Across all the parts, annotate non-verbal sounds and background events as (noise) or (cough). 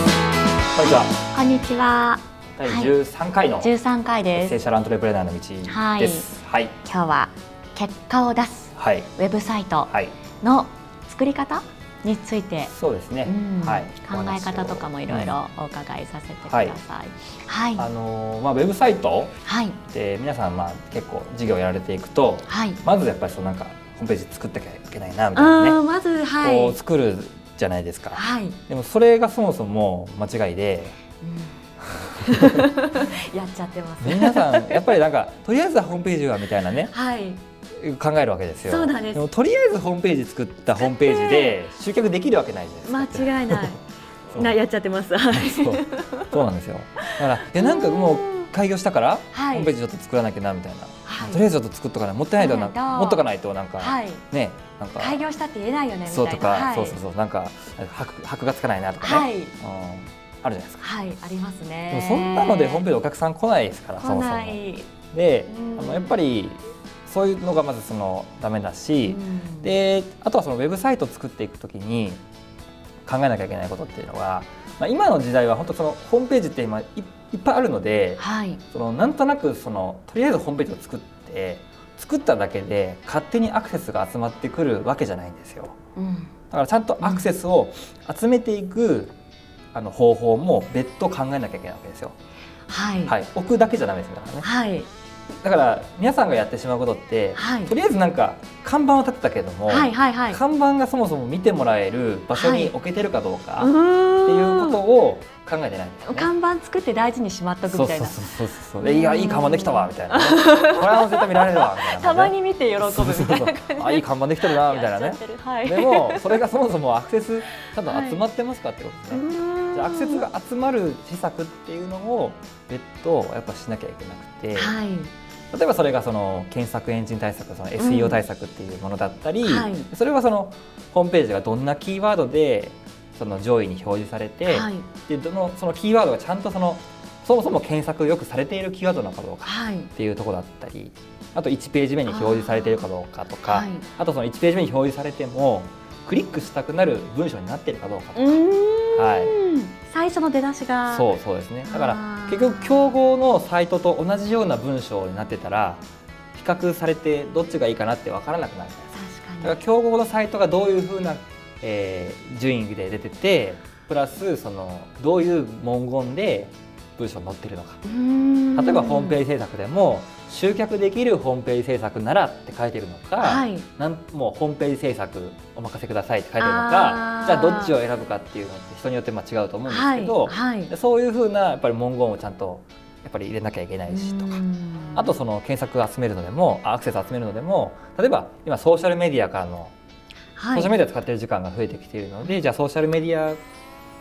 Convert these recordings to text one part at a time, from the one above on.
にちは。こんにちは。第13回の十三回で正す。社ラントレプレーナーの道です。はい。今日は結果を出すはい。ウェブサイトはい。の作り方について、そうですねうん。はい。考え方とかもいろいうん。ろお伺いさせてください。はい。あのーまあウェブサイトはい。って皆さんまあ結構事業やられていくと、はい。まずやっぱりそのなんかホームページ作ってきゃいけないなみたいなうね、ん、まずはこうい。作るじゃないですか。はい。 (laughs) うんでもそれがそもそも間違いで、やっちゃってます。皆さんやっぱりなんかとりあえずはホームページはみたいなね。はい。考えるわけですよそうなんですもとりあえずホームページ作ったホームページで集客できるわけないじゃな間いですか違いない。 (laughs) そうな、やっちゃってます。はい。そうそうなんですよだからえなんかもう開業したから、はホいームページちょっと作らなきゃなみたいな、はいとりあえずちょっと作っとかないもったいないとなそうなんだ持っとかないとなんか、はい。ねなんか開業したって言えないよねみたいな。そうとか、はい、そうそうそうなんか箔箔がつかないなとかね、はいうん、あるじゃないですかはい、ありますでねも。そんなのでホームページお客さん来ないですからそ来もそなもい。でうんあのやっぱりそういうのがまずそのダメだし、うんであとはそのウェブサイトを作っていくときに考えなきゃいけないことっていうのは、まあ、今の時代は本当そのホームページって今いいっぱいあるのではい。そのなんとなくそのとりあえずホームページを作って作っただけで勝手にアクセスが集まってくるわけじゃないんですようん。だからちゃんとアクセスを集めていくあの方法も別途考えなきゃいけないわけですよ、はい。はい、置くだけじゃダメですよだからねはい。だから皆さんがやってしまうことって、はいとりあえずなんか看板を立てたけれども、はい。はい。はい。看板がそもそも見てもらえる場所はいに置けてるかどうか、うっーんていうことを考えてないんですよ、ね。看板作って大事にしまっとくそみうそたういそうな。そうそうでいやいい看板できたわみたいな、ね、これは絶対見られるわみたいな、ね、たまに見て喜ぶみそうそうたいなそうあいい看板できてるなみたいなやっ (laughs) ねちゃってるはい。でもそれがそもそもアクセスちゃんと集まってますかってことですね、じゃあアクセスが集まる施策っていうのを別途やっぱしなきゃいけなくて、はい。例えばそれがその検索エンジン対策その SEO 対策っていうものだったり、はいそれはそのホームページがどんなキーワードでその上位に表示されて、はい。でどのそのキーワードがちゃんとそのそもそも検索よくされているキーワードなのかどうかはい。っていうところだったりあと1ページ目に表示されているかどうかとかあ,、はいとその1ページ目に表示されてもクリックしたくなる文章になっているかどうかとうーん。はい最初の出だしが。そうそうですねだからあー結局競合のサイトと同じような文章になってたら比較されてどっちがいいかなって分からなくなるじゃないですかだ確かから競合のサイトがどういうふうな、えー順位で出ててプラスそのどういう文言で文章載ってるのかに。うーん例えばホームページ制作でも集客できるホームページ制作ならって書いてるのか、はい。なんもうホームページ制作お任せくださいって書いてるのかあーじゃあどっちを選ぶかっていうのって人によってまあ違うと思うんですはけい。ど、はいで。そういうふうなやっぱり文言をちゃんとやっぱり入れなきゃいけないしとかうーんあとその検索を集めるのでもあアクセスを集めるのでも例えば今ソーシャルメディアからのソはーいシャルメディアを使ってる時間が増えてきているので、じゃあソーシャルメディア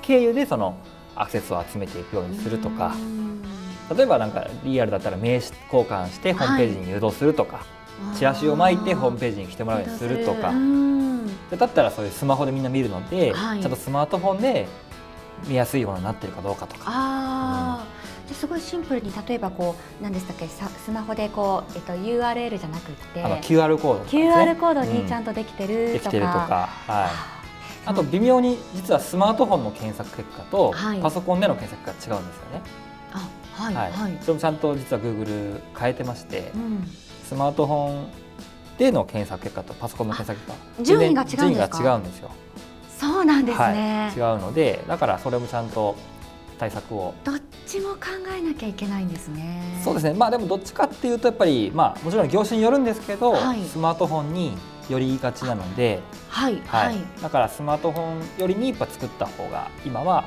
経由でそのアクセスを集めていくようにするとかうーん例えばなんかリアルだったら名刺交換してホームページに誘導するとか、チラシを巻いてホームページに来てもらうようにするとかうー。んでだったらそういうスマホでみんな見るので、はいちゃんとスマートフォンで見やすいものになってるかどうかとかあーじゃあすごいシンプルに例えばこう何でしたっけさスマホでこう、えっと、URL じゃなくてあの QR コードとかですね QR コードにちゃうんとできてるでときか,、てるとか、はい、あと微妙に実はスマートフォンの検索結果とはいパソコンでの検索が違うんですよね、あはいははいい、それもちゃんと実は Google 変えてましてうん、スマートフォンでの検索結果とパソコンの検索結果順位が違うんですか順位が違うんですよそうなんですね、はい、違うのでだからそれもちゃんと対策をどっちも考えなきゃいけないんですねそうですすねまあでもどっちかっていうとやっぱりまあもちろん業種によるんですけど、はいスマートフォンによりがちなので、はいははいい、だからスマートフォンよりにやっぱ作った方が今は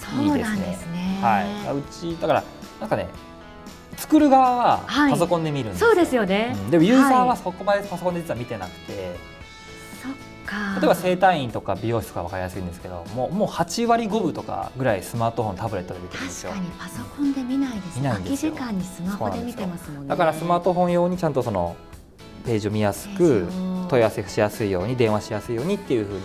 そうなんですねはい、うちだからなんかね作る側ははいパソコンで見るんですよ、そうですよね、うんでもユーザーははいそこまでパソコンで実は見てなくて、そっか例えば整体院とか美容室とか分かりやすいんですけどもうもう8割5分とかぐらいスマートフォンタブレットで見てるんです確よかにパソコンで見ないです見ないんですよ空き時間にスマホで見てますもんねだからスマートフォン用にちゃんとそのページを見やすく問い合わせしやすいように電話しやすいようにっていうふうに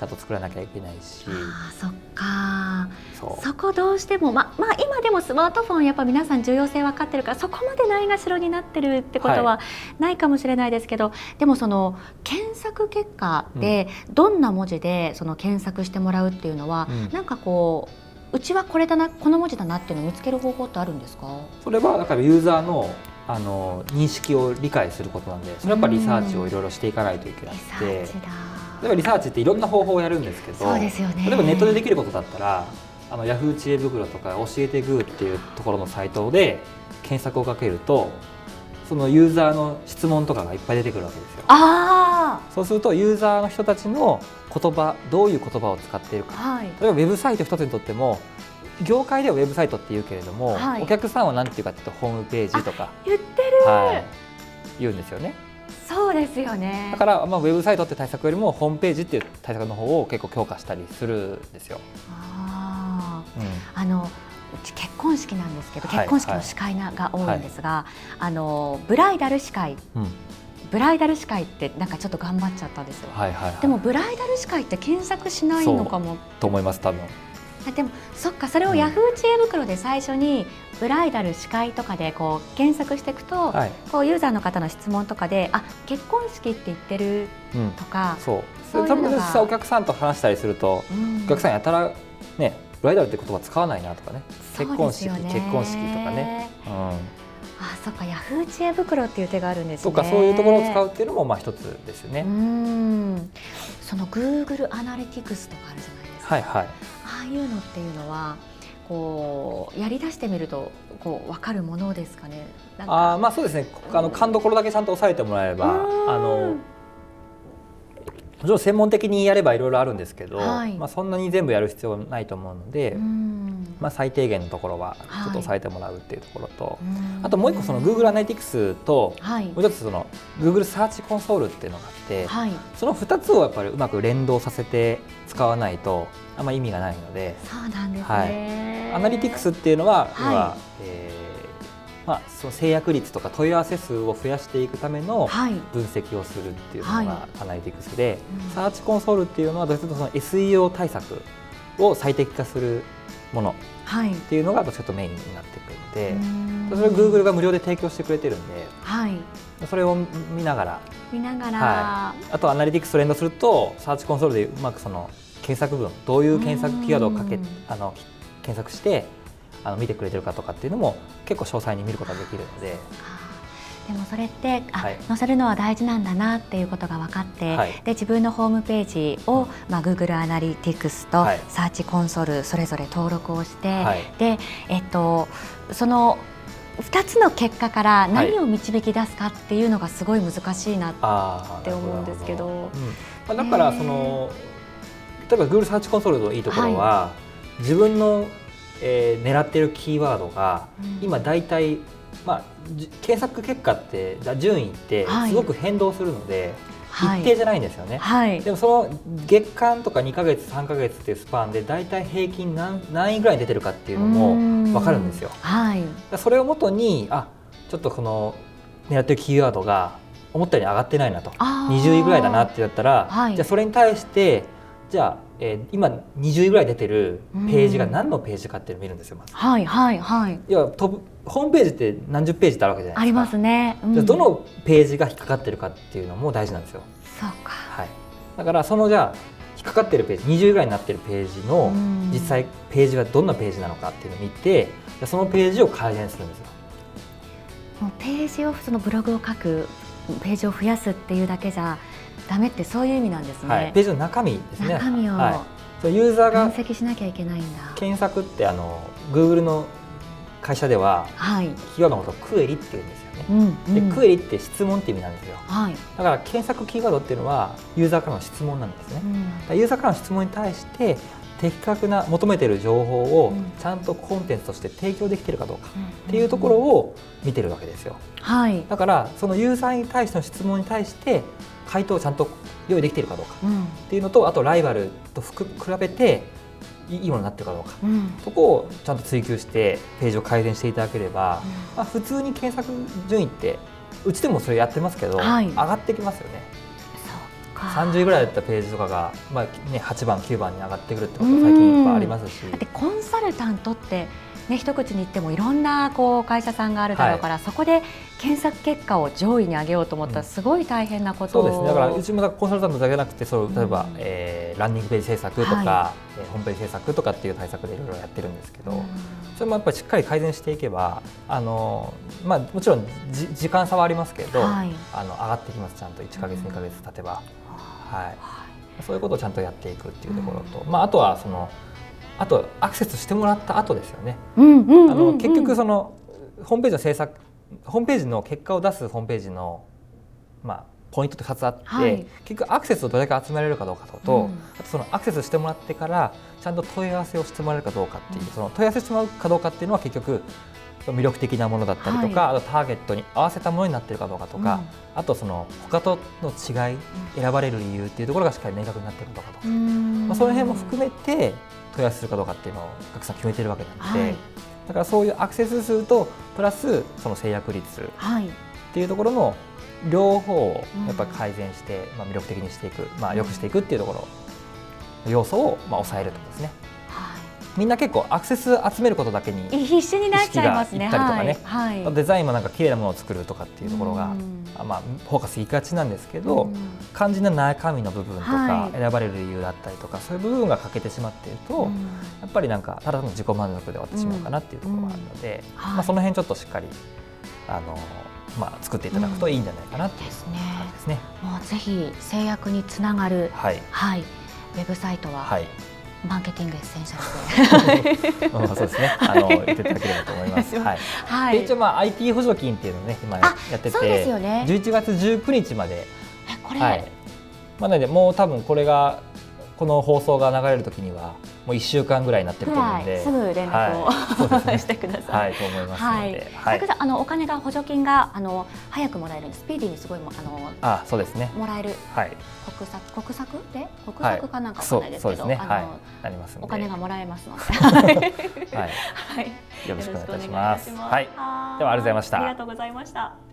ちゃんと作らなきゃいけないしあーそっかそうそこどうしてもままあ今でもスマートフォンやっぱ皆さん重要性分かってるからそこまでないがしろになってるってことはないかもしれないですけど、でもその検索結果でどんな文字でその検索してもらうっていうのは、うんなんかこううちはこれだなこの文字だなっていうのを見つける方法ってあるんですかそれはだからユーザーのあの認識を理解することなんでそれはやっぱリサーチをいろいろしていかないといけなリサくてー例チだえばリサーチっていろんな方法をやるんですけどそうですよね例えばネットでできることだったらあのヤフー知恵袋とか教えてグーっていうところのサイトで検索をかけるとそのユーザーの質問とかがいっぱい出てくるわけですよあそうするとユーザーの人たちの言葉どういう言葉を使っているあかはい例えばウェブサイト一つにとっても業界ではウェブサイトって言うけれども、はいお客さんは何て言うかっていうとホームページとか、言ってるはい、言うんですよねそうですよねだから、まあ、ウェブサイトって対策よりもホームページっていう対策の方を結構強化したりするんですよ、あうんーあのうち結婚式なんですけどはい結婚式の司会なが多いんですが、あのブライダル司会うんブライダル司会ってなんかちょっと頑張っちゃったんですよはいはいはいでもブライダル司会って検索しないのかもと思います多分あでもそっかそれをうんヤフー知恵袋で最初にブライダル司会とかでこう検索していくと、はい、こうユーザーの方の質問とかであ結婚式って言ってるうん、とか、そうそういうの多が分実際お客さんと話したりするとうんお客さんやたらねブライダルって言葉使わないなとかね結そう婚です式、よね結婚式とかね、うん、あそっかヤフー知恵袋っていう手があるんですねとかそういうところを使うっていうのもまあ一つですよね、うんその Google アナリティクスとかあるじゃないですか、はいはいああいうのっていうのはこうやりだしてみるとこう分かるものですかねなんかあーまあそうですねこあの勘どころだけちゃんと押さえてもらえればうんあのもちろん専門的にやればいろいろあるんですけど、はいまあ、そんなに全部やる必要はないと思うので、うんまあ、最低限のところはちょっとはい押さえてもらうっていうところと、うんあともう一個その Google アナリティクスとはいもう一つその Google サーチコンソールっていうのがあって、はいその2つをやっぱりうまく連動させて使わないとあんま意味がないので、そうなんですはね、アナリティクスっていうのは、要ははえーまあ、その制約率とか問い合わせ数を増やしていくためのはい分析をするっていうのはがアナリティクスで、うんサーチコンソールっていうのはどっちかというとその SEO 対策を最適化するものはいっていうのがどっちかというとメインになってくるので、うんそれを Google が無料で提供してくれてるんではいそれを見ながら見ながら、はあとアナリティクスと連動するとサーチコンソールでうまくその検索文どういう検索キーワードをかけうんあの検索してあの見てくれてるかとかっていうのも結構詳細に見ることができるので、あーでもそれってあ、はい載せるのは大事なんだなっていうことが分かって、はいで自分のホームページを、うんまあ、Google アナリティクスとはいサーチコンソールそれぞれ登録をして、はいでえっと、その2つの結果から何を導き出すかっていうのがすごい難しいな、あーって思うんですけどなるほうんまあ、だからねーその例えば Google サーチコンソールのいいところは、自分の、えー狙ってるキーワードがうん今大体、まあ、じ検索結果ってだ順位ってはいすごく変動するので、はい一定じゃないんですよね。はいでもその月間とか2ヶ月3ヶ月っていうスパンで大体平均何何位ぐらいに出てるかっていうのも分かるんですよ。だうかはいらそれをもとにあちょっとこの狙ってるキーワードが思ったように上がってないなとあー20位ぐらいだなってやったら、はいじゃあそれに対してじゃあ、えー今20位ぐらい出てるページが何のページかっていうのを見るんですよまず。はいはいはい要は飛ぶホームページって何十ページってあるわけじゃなあいでりすか。ますね、うんじゃあどのページが引っかかってるかっていうのも大事なんですよ。そうかはい、だからそのじゃあ引っかかってるページ20ぐらいになってるページのうん実際ページがどんなページなのかっていうのを見てでそのページを改善するんですよ。もうページをそのブログを書くページを増やすっていうだけじゃダメってそういう意味なんですね、はい、ページの中身ですね中身をはい、そうユーザー分が析しなきゃいけないんだ検索ってあの Google の会社でははい、キーワードのことをクエリって言うんですよねう。んでうんクエリって質問って意味なんですよはい、だから検索キーワードっていうのはユーザーからの質問なんですね。うんだからユーザーからの質問に対して的確な求めてる情報をうんちゃんとコンテンツとして提供できてるかどうかっていうところを、を見てるわけですよはいだからそのユーザーに対しての質問に対して回答をちゃんと用意できているかどうかうんっていうのとあとライバルとふく比べていいいものになってるかどうかうんうんそこをちゃんと追求してページを改善していただければ、まあ、普通に検索順位ってうちでもそれやってますけど、はい上がってきますよねそうか30位ぐらいだったページとかが、まあね、8番9番に上がってくるってこと最近いっぱいありますしだってコンサルタントってね、ね、一口に言ってもいろんなこう会社さんがあるだろうから、そこで検索結果を上位に上げようと思ったうんらすごい大変なことそうを、ですねだからうちもだからコンサルタントだけじゃなくてそううん例えば、えーランニングページ制作とか、はえーホームページ制作とかっていう対策でいろいろやってるんですけど、うんそれもやっぱりしっかり改善していけばあの、まあ、もちろんじ時間差はありますけど、はいあの上がってきますちゃんと1か月2か月経てば、はい、そういうことをちゃんとやっていくっていうところと、まあ、あとはそのあとアクセスしてもらった後ですよね。うんうんうんうんあの結局そのホームページの制作ホームページの結果を出すホームページのまあポイントって2つあって、はい結局アクセスをどれだけ集められるかどうかとと、うんあとそのアクセスしてもらってからちゃんと問い合わせをしてもらえるかどうかっていう、うんその問い合わせしてもらうかどうかっていうのは結局魅力的なものだったりとか、あとターゲットに合わせたものになってるかどうかとか、あとその他との違い選ばれる理由っていうところがしっかり明確になってるかどうかとか、うんまあ、その辺も含めて問い合わせするかどうかっていうのをたくさん決めてるわけなので、はいだからそういうアクセス数とプラスその制約率っはいていうところの両方をうんやっぱり改善して、まあ、魅力的にしていく、まあ、良くしていくっていうところの要素をまあ抑えるってことですねはみんな結構アクセス集めることだけにい、必死になっちゃいますね。意識がいったりとはいはい、デザインもなんか綺麗なものを作るとかっていうところが、んあまあ、フォーカスいきがちなんですけど、うん肝心な中身の部分とか、はい選ばれる理由だったりとかそういう部分が欠けてしまっていると、うんやっぱりなんかただの自己満足で終わってしまうかなっていうところがあるので、うんはいまあ、その辺ちょっとしっかりあの、まあ、作っていただくといいんじゃないかなっていうですね感じですね。もうぜひ制約につながる、はい、はい、ウェブサイトは、 (laughs) はい、マーケティングエッセンシャルで (laughs) うんそうですね。あの言っていただければと思います。はい。 (laughs) はで一応まあ IT 補助金っていうのをね今やあってそうですよて、ね。 11月19日まで、えこれ、はい。まあなのでもう多分これがこの放送が流れる時にはもう1週間ぐらいになってるくと思うらので、いすぐ連絡を、はいそう (laughs) ですねしてください。はいと思いますので、はい、さんあのお金が補助金があの早くもらえるんでスピーディーにすごいもあのあそうですね。もらえるはい。国策国策で国はい策かなんかわかそんなういですそうけですど、ね。あの、はい。なりますので。お金がもらえますので、ははい。 (laughs) い、よろしくお願いいたします。よろくおは願いいいたし。ますではありがとうございましたありがとうございました。